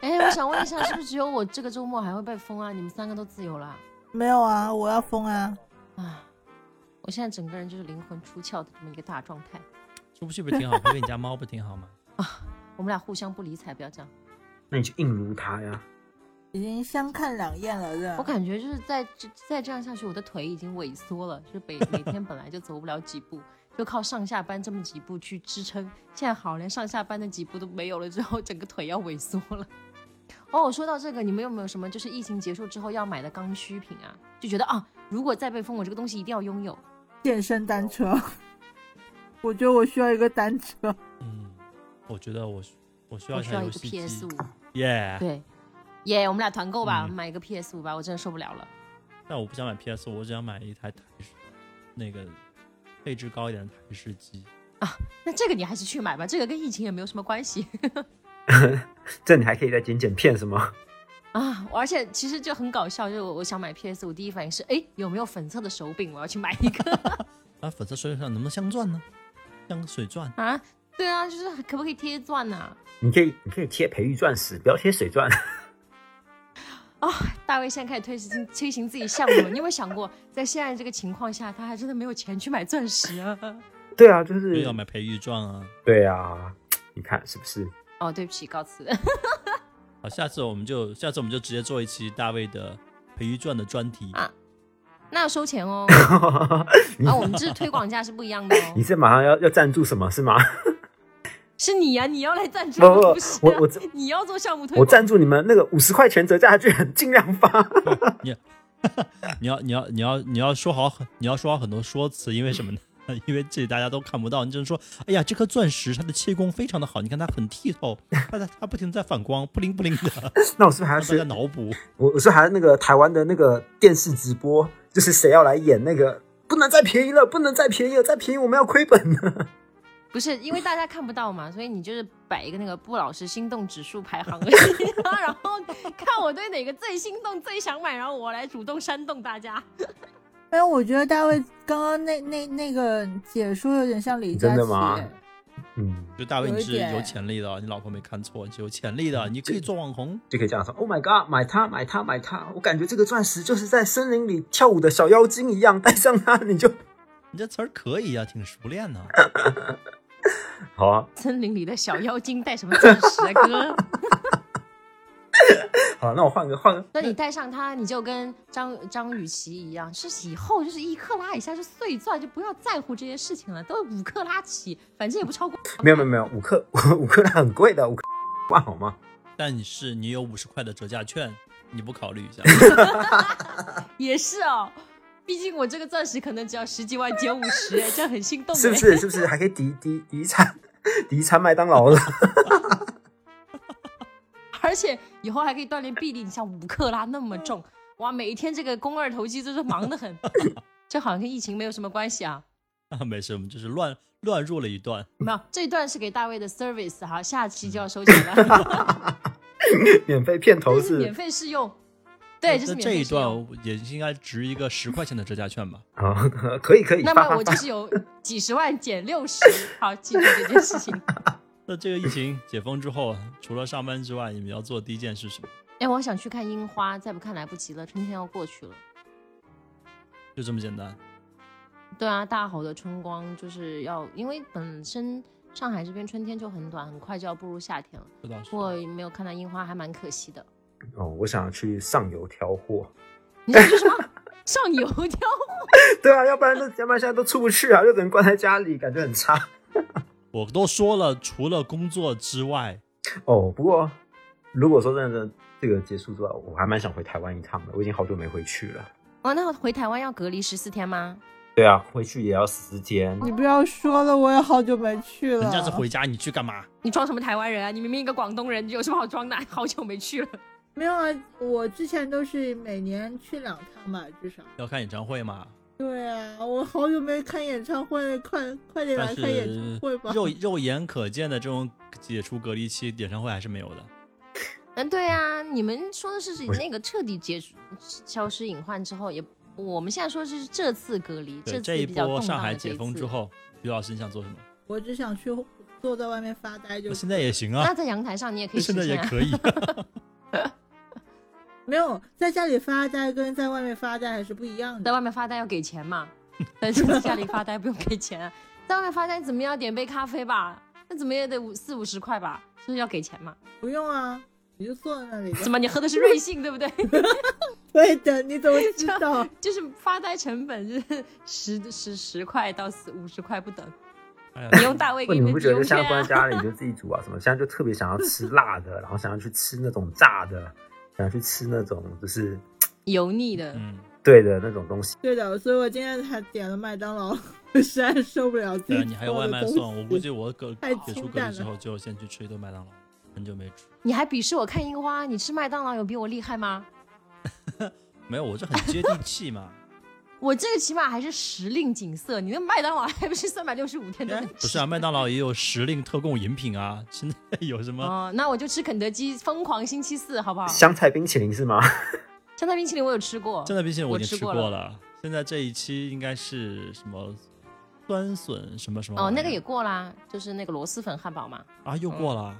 [SPEAKER 6] 哎，我想问一下，是不是只有我这个周末还会被封啊？你们三个都自由了
[SPEAKER 3] 没有啊，我要疯啊！
[SPEAKER 6] 啊？我现在整个人就是灵魂出窍的这么一个大状态。
[SPEAKER 1] 出不去不挺好？陪陪你家猫不挺好吗？
[SPEAKER 6] 我们俩互相不理睬，不要这样。
[SPEAKER 5] 那你就硬如他呀。
[SPEAKER 3] 已经相看两厌了，这
[SPEAKER 6] 我感觉就是在这再这样下去，我的腿已经萎缩了，就是每每天本来就走不了几步，就靠上下班这么几步去支撑。现在好，连上下班的几步都没有了，之后整个腿要萎缩了。哦，说到这个，你们有没有什么就是疫情结束之后要买的刚需品啊？就觉得啊，如果再被封，我这个东西一定要拥有。
[SPEAKER 3] 健身单车， 我觉得我需要一个单车。
[SPEAKER 1] 嗯，我觉得我需我需要
[SPEAKER 6] 我
[SPEAKER 1] 一
[SPEAKER 6] 需
[SPEAKER 1] 台
[SPEAKER 6] 要
[SPEAKER 1] 游
[SPEAKER 6] 一个
[SPEAKER 1] 戏机
[SPEAKER 6] PS 五，
[SPEAKER 1] 耶。
[SPEAKER 6] 对，耶、我们俩团购吧，
[SPEAKER 1] 嗯
[SPEAKER 6] 我们买一个 PS 五吧，我真的受不了了。
[SPEAKER 1] 但我不想买 PS，我只想买一台台式那个配置高一点的台式机。
[SPEAKER 6] 那这个你还是去买吧，这个跟疫情也没有什么关系。
[SPEAKER 5] 这你还可以再剪剪片是吗？
[SPEAKER 6] 啊！我而且其实就很搞笑，就是我我想买 PS 五，第一反应是哎有没有粉色的手柄，我要去买一个
[SPEAKER 1] 那粉色水钻能不能镶钻呢？镶水钻
[SPEAKER 6] 啊！对啊，就是可不可以贴钻呐、
[SPEAKER 5] 你可以你可以贴培育钻石，不要贴水钻。
[SPEAKER 6] 大卫现在开始推行推行自己项目了，你有没有想过，在现在这个情况下，他还真的没有钱去买钻石啊？
[SPEAKER 5] 对啊，就
[SPEAKER 1] 就是要买培育钻啊。
[SPEAKER 5] 对啊，你看是不是？
[SPEAKER 6] 哦，对不起，告辞。
[SPEAKER 1] 好，下次我们就下次我们就直接做一期大卫的培育钻的专题。
[SPEAKER 6] 啊那要收钱 哦，
[SPEAKER 5] 你
[SPEAKER 6] 啊，我们这推广价是不一样的哦
[SPEAKER 5] 你。是马上要要赞助什么是吗？
[SPEAKER 6] 是你呀、你要来赞助，
[SPEAKER 5] 不不
[SPEAKER 6] 不是、啊、
[SPEAKER 5] 我我这
[SPEAKER 6] 你要做项目推
[SPEAKER 5] 我
[SPEAKER 6] 广，
[SPEAKER 5] 赞助你们那个五十块钱折价券，尽量发。
[SPEAKER 1] 你要你要你要你要说好很你要说好很多说辞，因为什么呢？ 因为这里大家都看不到，你只能说，哎呀，这颗钻石它的切工非常的好，你看它很剔透，它在它不停地在反光，不灵不灵的，
[SPEAKER 5] 那我是不是还要
[SPEAKER 1] 让大家
[SPEAKER 5] 学？
[SPEAKER 1] 脑补。
[SPEAKER 5] 我我是还要那个台湾的那个电视直播，就是谁要来演那个，不能再便宜了，不能再便宜了，再便宜我们要亏本了。
[SPEAKER 6] 不是因为大家看不到嘛，所以你就是摆一个那个布老师心动指数排行 而已，然后看我对哪个最心动、最想买，然后我来主动煽动大家。
[SPEAKER 3] 哎，我觉得大卫刚刚那那那个解说有点像李佳
[SPEAKER 5] 真
[SPEAKER 3] 琦
[SPEAKER 5] 的吗，嗯，
[SPEAKER 1] 就大卫
[SPEAKER 3] 有
[SPEAKER 1] 你
[SPEAKER 3] 一
[SPEAKER 1] 是
[SPEAKER 3] 点
[SPEAKER 1] 有潜力的，你老婆没看错，你是有潜力的，你可以做网红。
[SPEAKER 5] 就可以这样说：“Oh my god，买它，买它，买它！我感觉这个钻石就是在森林里跳舞的小妖精一样，戴上它你就
[SPEAKER 1] 你这词儿可以啊，挺熟练的。
[SPEAKER 5] 好啊，
[SPEAKER 6] 森林里的小妖精带什么钻石啊， 哥？
[SPEAKER 5] 好啊那我换个换个，
[SPEAKER 6] 那你带上它，你就跟张张雨绮一样，是以后就是一克拉以下是碎钻，就不要在乎这些事情了，都是五克拉起，反正也不超过。
[SPEAKER 5] 没有没有没有，五克 五克拉很贵的，五克拉好吗？
[SPEAKER 1] 但是你有五十块的折价券，你不考虑 一下？
[SPEAKER 6] 也是哦，毕竟我这个钻石可能只要十几万减五十，这样很心动哎。
[SPEAKER 5] 是不是？是不是还可以抵抵抵一餐抵一餐麦当 劳了？
[SPEAKER 6] 而且以后还可以锻炼臂力，你像五克拉那么重，哇，每一天这个肱二头肌真是忙得 很。这好像跟疫情没有什么关系啊。
[SPEAKER 1] 啊，没事，我们就是乱乱入了一段。
[SPEAKER 6] 没有，这一段是给大卫的 service 哈，下期就要收钱了，
[SPEAKER 5] 免费片
[SPEAKER 6] 这
[SPEAKER 5] 头
[SPEAKER 6] 嗯是哦
[SPEAKER 5] 是
[SPEAKER 6] 免费试用。对，就是
[SPEAKER 1] 那
[SPEAKER 6] 免
[SPEAKER 1] 这
[SPEAKER 6] 费
[SPEAKER 1] 一
[SPEAKER 6] 试用
[SPEAKER 1] 段也应该值一个十块钱的折价券吧？
[SPEAKER 5] 啊、可以可以，
[SPEAKER 6] 那
[SPEAKER 5] 发
[SPEAKER 6] 么
[SPEAKER 5] 发
[SPEAKER 6] 我
[SPEAKER 5] 发
[SPEAKER 6] 就，是有几十万减六 十，好，记住这件事情。
[SPEAKER 1] 那这个疫情解封之后，除了上班之外，你们要做的第一件事是什么？
[SPEAKER 6] 哎，我想去看樱花，再不看来不及了，春天要过去了。
[SPEAKER 1] 就这么简单。
[SPEAKER 6] 对啊，大好的春光就是要，因为本身上海这边春天就很短，很快就要步入夏天了。
[SPEAKER 1] 不倒是
[SPEAKER 6] 我没有看到樱花，还蛮可惜的。
[SPEAKER 5] 哦，我想去上游挑货。
[SPEAKER 6] 你想说什么？上游挑？
[SPEAKER 5] 对啊，要不然都要不然现在都出不去啊，就只能关在家里，感觉很差。
[SPEAKER 1] 我都说了，除了工作之外，
[SPEAKER 5] 哦，不过如果说真的这个结束之后，我还蛮想回台湾一趟的，我已经好久没回去了。
[SPEAKER 6] 哦，那回台湾要隔离十四天吗？
[SPEAKER 5] 对啊，回去也要十天。
[SPEAKER 3] 你不要说了，我也好久没去了。
[SPEAKER 1] 人家是回家，你去干嘛？
[SPEAKER 6] 你装什么台湾人啊？你明明一个广东人，有什么好装的？ 好久没去了。
[SPEAKER 3] 没有啊，我之前都是每年去两趟吧，至少。
[SPEAKER 1] 要看演唱会嘛？
[SPEAKER 3] 对啊，我好久没看演唱会了，快快点来
[SPEAKER 1] 但
[SPEAKER 3] 啊看演
[SPEAKER 1] 是
[SPEAKER 3] 唱会吧。
[SPEAKER 1] 肉肉眼可见的这种解除隔离期演唱会还是没有的。
[SPEAKER 6] 嗯，对啊，你们说的是
[SPEAKER 5] 不是
[SPEAKER 6] 那个彻底结束、消失隐患之后，也我们现在说的是这次隔离，
[SPEAKER 1] 对，
[SPEAKER 6] 次
[SPEAKER 1] 一
[SPEAKER 6] 比较
[SPEAKER 1] 波
[SPEAKER 6] 动荡
[SPEAKER 1] 上
[SPEAKER 6] 的
[SPEAKER 1] 海
[SPEAKER 6] 这
[SPEAKER 1] 解
[SPEAKER 6] 一
[SPEAKER 1] 封
[SPEAKER 6] 次
[SPEAKER 1] 之，后，刘老师你想做什么？
[SPEAKER 3] 我只想去坐在外面发呆
[SPEAKER 1] 那
[SPEAKER 3] 就可以。
[SPEAKER 1] 现在也行
[SPEAKER 6] 那
[SPEAKER 1] 啊，
[SPEAKER 6] 在阳台上你也可以 实
[SPEAKER 1] 现在也
[SPEAKER 6] 现、啊。
[SPEAKER 1] 可以。
[SPEAKER 3] 没有在家里发呆，跟在外面发呆还是不一样
[SPEAKER 6] 在
[SPEAKER 3] 的。
[SPEAKER 6] 外面发呆要给 钱嘛，但是在家里发呆不用给钱啊，在外面发呆怎么样？点杯咖啡吧，那怎么也得五四五十块吧，所以要给钱嘛。
[SPEAKER 3] 不用啊，你就坐在那里吧。
[SPEAKER 6] 怎么你喝的是瑞幸对不 对？
[SPEAKER 3] 对的，你怎么知 道？
[SPEAKER 6] 就是发呆成本就是十十十块到四五十块不等。
[SPEAKER 1] 哎呀
[SPEAKER 6] 你用 大卫
[SPEAKER 5] 不，
[SPEAKER 6] 给
[SPEAKER 5] 哦你
[SPEAKER 6] 你的
[SPEAKER 5] 们不
[SPEAKER 6] 抵
[SPEAKER 5] 觉得
[SPEAKER 6] 用
[SPEAKER 5] 现
[SPEAKER 6] 券
[SPEAKER 5] 在关在
[SPEAKER 6] 啊？
[SPEAKER 5] 家里就自己煮啊什么？现在就特别想要吃辣的，然后想要去吃那种炸的，想要去吃那种就是
[SPEAKER 6] 油腻的，
[SPEAKER 1] 嗯，
[SPEAKER 5] 对的那种东西。
[SPEAKER 3] 对的，所以我今天才点了麦当劳，我 实在受不了自
[SPEAKER 1] 对啊，
[SPEAKER 3] 己
[SPEAKER 1] 你还有
[SPEAKER 3] 做
[SPEAKER 1] 外
[SPEAKER 3] 的
[SPEAKER 1] 卖
[SPEAKER 3] 东西
[SPEAKER 1] 送，我估计我隔
[SPEAKER 3] 太
[SPEAKER 1] 解除
[SPEAKER 3] 清
[SPEAKER 1] 隔
[SPEAKER 3] 淡
[SPEAKER 1] 离之
[SPEAKER 3] 了
[SPEAKER 1] 后，就先去吃一顿麦当劳，很久没吃。
[SPEAKER 6] 你还鄙视我看樱花？你吃麦当劳有比我厉害吗？
[SPEAKER 1] 没有，我这很接地气嘛。
[SPEAKER 6] 我这个起码还是时令景色，你那麦当劳还不是三百六十五天都能吃？
[SPEAKER 1] 不是啊，麦当劳也有时令特供饮品啊。现在有什么？
[SPEAKER 6] 哦，那我就吃肯德基疯狂星期四，好不好？
[SPEAKER 5] 香菜冰淇淋是吗？
[SPEAKER 6] 香菜冰淇淋我有吃过，
[SPEAKER 1] 现在冰淇淋
[SPEAKER 6] 我
[SPEAKER 1] 已经
[SPEAKER 6] 吃
[SPEAKER 1] 吃
[SPEAKER 6] 过
[SPEAKER 1] 过了。现在这一期应该是什么酸笋什么什么
[SPEAKER 6] 哦，
[SPEAKER 1] 玩意儿？
[SPEAKER 6] 那个也嗯过啦，就是那个螺蛳粉汉堡嘛。
[SPEAKER 1] 啊，又过了啊。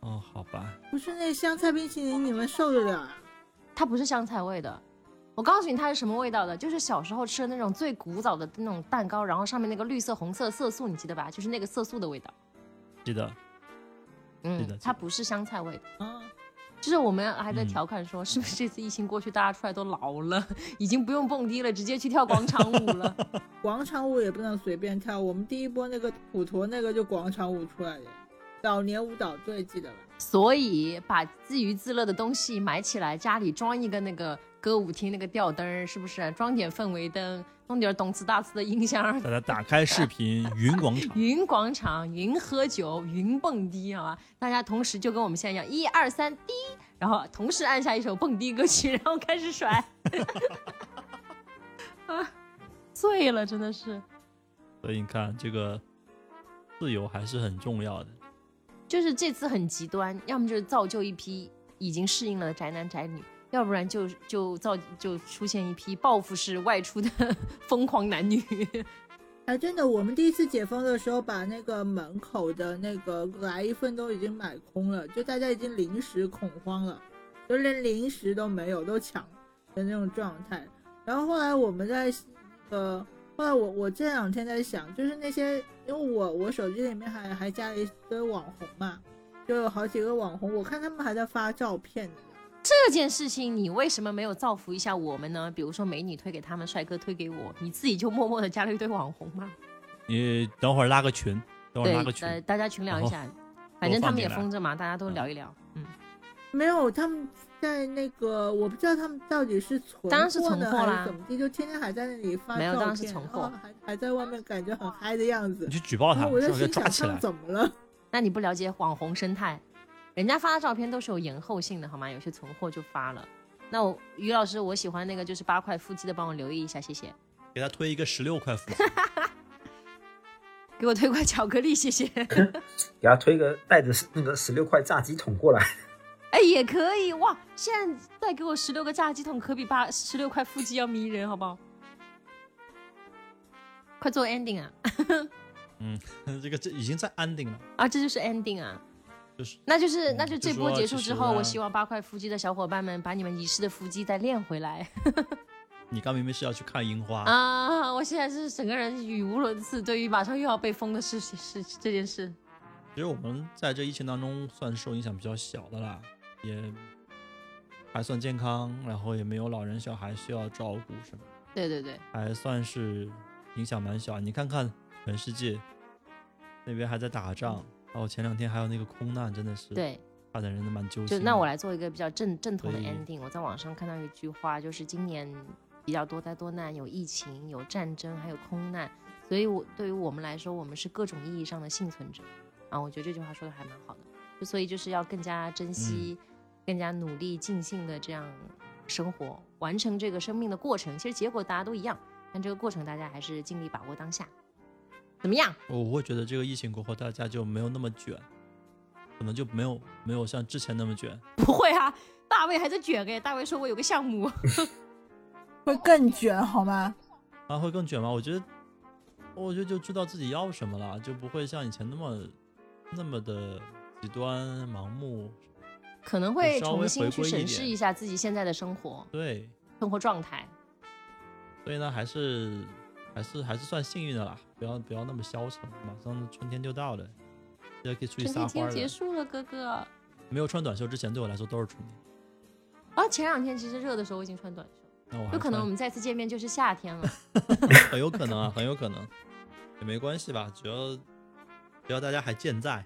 [SPEAKER 1] 哦，好吧，
[SPEAKER 3] 不是那香菜冰淇淋，你们受得了啊？
[SPEAKER 6] 它不是香菜味的。我告诉你它是什么味道的，就是小时候吃的那种最古早的那种蛋糕，然后上面那个绿色、红色色素，你记得吧？就是那个色素的味道。
[SPEAKER 1] 记得记得
[SPEAKER 6] 嗯
[SPEAKER 1] 记，
[SPEAKER 6] 它
[SPEAKER 1] 得
[SPEAKER 6] 不是香菜味的。
[SPEAKER 3] 啊，
[SPEAKER 6] 就是我们还在
[SPEAKER 1] 嗯
[SPEAKER 6] 调侃说，是不是这次疫情过去，大家出来都老了， 已经不用蹦迪了，直接去跳广场舞 了。
[SPEAKER 3] 广场舞也不能随便跳。我们第一波那个普陀那个就广场舞出来的，老年舞蹈队记得吧？
[SPEAKER 6] 所以把自娱自乐的东西买起来，家里装一个那个歌舞厅那个吊灯儿，是不是？装点氛围灯，弄点动次打次的音箱，
[SPEAKER 1] 大家打开视频， 云广场。
[SPEAKER 6] 云广场，云喝酒，云蹦迪，好吧？大家同时就跟我们现在一样，一二三，滴，然后同时按下一首蹦迪歌曲，然后开始甩，啊，醉了，真的是。
[SPEAKER 1] 所以你看，这个自由还是很重要的。
[SPEAKER 6] 就是这次很极端，要么就是造就一批已经适应了宅男宅女，要不然就就造就出现一批报复式外出的 疯狂男女。
[SPEAKER 3] 哎，真的，我们第一次解封的时候，把那个门口的那个来一份都已经买空了，就大家已经临时恐慌了，就连零食都没有，都抢的那种状态。然后后来我们在那个，后来我我这两天在想，就是那些，因为我我手机里面还还加了一堆网红嘛，就有好几个网红，我看他们还在发照片呢。
[SPEAKER 6] 这件事情你为什么没有造福一下我们呢？比如说美女推给他们，帅哥推给我，你自己就默默的加了一堆网红嘛。
[SPEAKER 1] 你等会儿拉个群，等会儿
[SPEAKER 6] 对
[SPEAKER 1] 拉哦个，群，哦
[SPEAKER 6] 呃，大家群聊一下，反正他们也封着嘛，大家都聊一聊。嗯，
[SPEAKER 3] 没有，他们在那个，我不知道他们到底是存
[SPEAKER 6] 当然是
[SPEAKER 3] 货
[SPEAKER 6] 存
[SPEAKER 3] 呢
[SPEAKER 6] 货
[SPEAKER 3] 还
[SPEAKER 6] 啦
[SPEAKER 3] 是怎么地，就天天还在那里
[SPEAKER 6] 没
[SPEAKER 3] 发照片，
[SPEAKER 6] 有当然是存货
[SPEAKER 3] 然后还还在外面感觉很嗨的样子
[SPEAKER 1] 你。去举报
[SPEAKER 3] 然
[SPEAKER 1] 他，
[SPEAKER 3] 后哦我在
[SPEAKER 1] 让他
[SPEAKER 3] 心
[SPEAKER 1] 抓起
[SPEAKER 3] 想他们
[SPEAKER 1] 来。
[SPEAKER 3] 怎么了？
[SPEAKER 6] 那你不了解网红生态，人家发的照片都是有延后性的，好吗？有些存货就发了。那我于老师，我喜欢那个就是八块腹肌的，帮我留意一下，谢谢。
[SPEAKER 1] 给他推一个十六块腹 肌，
[SPEAKER 6] 给我推块巧克力，谢谢。
[SPEAKER 5] 给他推个带着那个十六块炸鸡桶过来。
[SPEAKER 6] 哎，也可以哇！现在再给我十六个炸鸡桶，可比八十六块腹肌要迷人，好不好？快做 ending 啊！
[SPEAKER 1] 这个这已经在安定了。
[SPEAKER 6] 啊，这就是 ending 啊！
[SPEAKER 1] 就是
[SPEAKER 6] 那就是
[SPEAKER 1] 嗯
[SPEAKER 6] 那就
[SPEAKER 1] 就
[SPEAKER 6] 这波
[SPEAKER 1] 说
[SPEAKER 6] 结束
[SPEAKER 1] 其
[SPEAKER 6] 之
[SPEAKER 1] 实
[SPEAKER 6] 后，我
[SPEAKER 1] 啊
[SPEAKER 6] 希望八块腹肌的小伙伴们把你们遗失的腹肌再练回来
[SPEAKER 1] 你刚明明是要去看樱花，
[SPEAKER 6] 啊！我现在是整个人语无伦次，对于马上又要被封的事情事这件事，
[SPEAKER 1] 其实我们在这疫情当中算受影响比较小的啦，也还算健康，然后也没有老人小孩需要照顾什么，
[SPEAKER 6] 对对对，
[SPEAKER 1] 还算是影响蛮小。你看看全世界那边还在打仗，哦，前两天还有那个空难，真的是
[SPEAKER 6] 嗯对，
[SPEAKER 1] 差点人都蛮揪心
[SPEAKER 6] 就
[SPEAKER 1] 的。
[SPEAKER 6] 那我来做一个比较正正统的
[SPEAKER 1] 所以
[SPEAKER 6] ending。我在网上看到一句话，就是今年比较多灾多难，有疫情，有战争，还有空难，所以我对于我们来说，我们是各种意义上的幸存者啊。我觉得这句话说的还蛮好的，就所以就是要更加珍惜，更加努力尽兴的这样生活，完成这个生命的过程。其实结果大家都一样，但这个过程大家还是尽力把握当下。怎么样？
[SPEAKER 1] 我我会觉得这个疫情过后，大家就没有那么卷，可能就没有没有像之前那么卷。
[SPEAKER 6] 不会啊，大卫还在卷哎，大卫说我有个项目。
[SPEAKER 3] 会更卷好吗？
[SPEAKER 1] 啊，会更卷吗？我觉得，我觉得就知道自己要什么了，就不会像以前那么那么的极端盲目。
[SPEAKER 6] 可能会
[SPEAKER 1] 稍微
[SPEAKER 6] 重新
[SPEAKER 1] 回
[SPEAKER 6] 去
[SPEAKER 1] 归一
[SPEAKER 6] 审
[SPEAKER 1] 点
[SPEAKER 6] 视一下自己现在的生活、
[SPEAKER 1] 对，
[SPEAKER 6] 生活状态。
[SPEAKER 1] 所以呢，还是还是还是算幸运的啦，不要不要那么消沉。马上春天就到了，大家可以出去
[SPEAKER 6] 春天
[SPEAKER 1] 撒
[SPEAKER 6] 已
[SPEAKER 1] 欢
[SPEAKER 6] 经
[SPEAKER 1] 儿
[SPEAKER 6] 结
[SPEAKER 1] 了。
[SPEAKER 6] 束了，哥哥。啊，
[SPEAKER 1] 没有穿短袖之前，对我来说都是春天。
[SPEAKER 6] 前两天其实热的时候我已经穿短袖，
[SPEAKER 1] 那我还
[SPEAKER 6] 有可能我
[SPEAKER 1] 穿
[SPEAKER 6] 们再次见面就是夏 天了。嗯
[SPEAKER 1] 很有可能啊，很有可能，也没关系吧，只要只要大家还健在，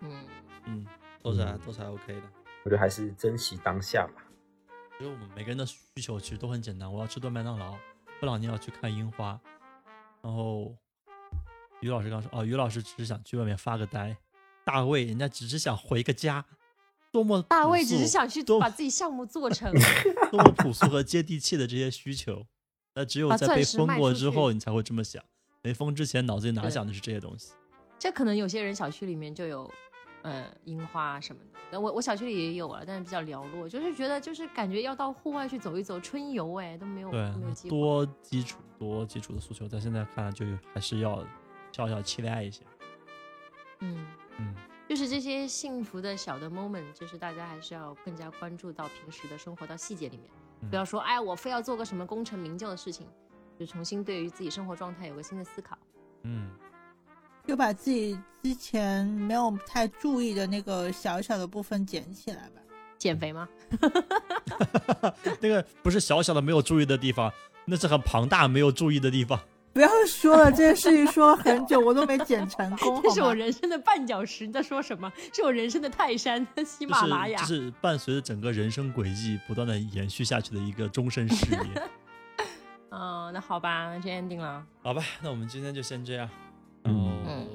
[SPEAKER 6] 嗯，
[SPEAKER 1] 嗯，都是还
[SPEAKER 5] 嗯
[SPEAKER 1] 都是还 OK 的。
[SPEAKER 5] 我觉得还是珍惜当下吧。
[SPEAKER 1] 其实我们每个人的需求其实都很简单，我要吃顿麦当劳，布朗尼要去看樱花，然后于老师刚说，哦，于老师只是想去外面发个呆，大卫人家只是想回个家，多么
[SPEAKER 6] 大
[SPEAKER 1] 朴
[SPEAKER 6] 卫只是
[SPEAKER 1] 素
[SPEAKER 6] 想去
[SPEAKER 1] 多
[SPEAKER 6] 把自己项目 做成，
[SPEAKER 1] 多么朴素和接地气的这些需求，那只有
[SPEAKER 6] 把
[SPEAKER 1] 在
[SPEAKER 6] 钻
[SPEAKER 1] 被
[SPEAKER 6] 石
[SPEAKER 1] 封
[SPEAKER 6] 卖
[SPEAKER 1] 过
[SPEAKER 6] 出
[SPEAKER 1] 之
[SPEAKER 6] 去
[SPEAKER 1] 后，你才会这么想。没封之前，脑子里哪
[SPEAKER 6] 对
[SPEAKER 1] 想的是这些东西？
[SPEAKER 6] 这可能有些人小区里面就有，呃，樱花什么的。那我我小区里也有了，但是比较寥落，就是觉得就是感觉要到户外去走一走，春游哎都没有
[SPEAKER 1] 对
[SPEAKER 6] 没有，机会。
[SPEAKER 1] 多基础多基础的诉求，在现在看来就还是要小小期待一些。
[SPEAKER 6] 嗯。
[SPEAKER 1] 嗯，
[SPEAKER 6] 就是这些幸福的小的 moment，就是大家还是要更加关注到平时的生活到细节里面，
[SPEAKER 1] 嗯
[SPEAKER 6] 不要说哎，我非要做个什么功成名就的事情，就重新对于自己生活状态有个新的思考。
[SPEAKER 1] 嗯，
[SPEAKER 3] 就把自己之前没有太注意的那个小小的部分捡起来吧。
[SPEAKER 6] 减肥吗？
[SPEAKER 1] 那个不是小小的没有注意的地方，那是很庞大没有注意的地 方。
[SPEAKER 3] 不要说了，这件事情说了很久，我都没捡成功。
[SPEAKER 6] 这是
[SPEAKER 3] 好吗
[SPEAKER 6] 我人生的绊脚石，你在说什么？是我人生的泰山、喜
[SPEAKER 1] 就
[SPEAKER 6] 马
[SPEAKER 1] 是
[SPEAKER 6] 拉雅。
[SPEAKER 1] 就是伴随着整个人生轨迹不断的延续下去的一个终身事 业。
[SPEAKER 6] 嗯、那好吧，那就 ending 了。
[SPEAKER 1] 好吧，那我们今天就先这样。然后
[SPEAKER 5] 嗯，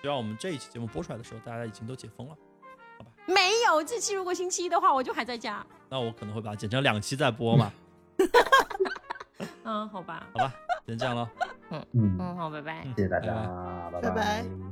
[SPEAKER 1] 希望我们这一期节目播出来的时候，大家已经都解封了。
[SPEAKER 6] 没有，这期如果星期一的话，我就还在家。
[SPEAKER 1] 那我可能会 把它剪成两期再播嘛。
[SPEAKER 6] 嗯，好吧，
[SPEAKER 1] 好吧，先这样了，嗯，
[SPEAKER 7] 嗯，好，拜拜。
[SPEAKER 1] 谢谢大
[SPEAKER 6] 拜拜
[SPEAKER 1] 嗯家，
[SPEAKER 5] 拜拜
[SPEAKER 1] 拜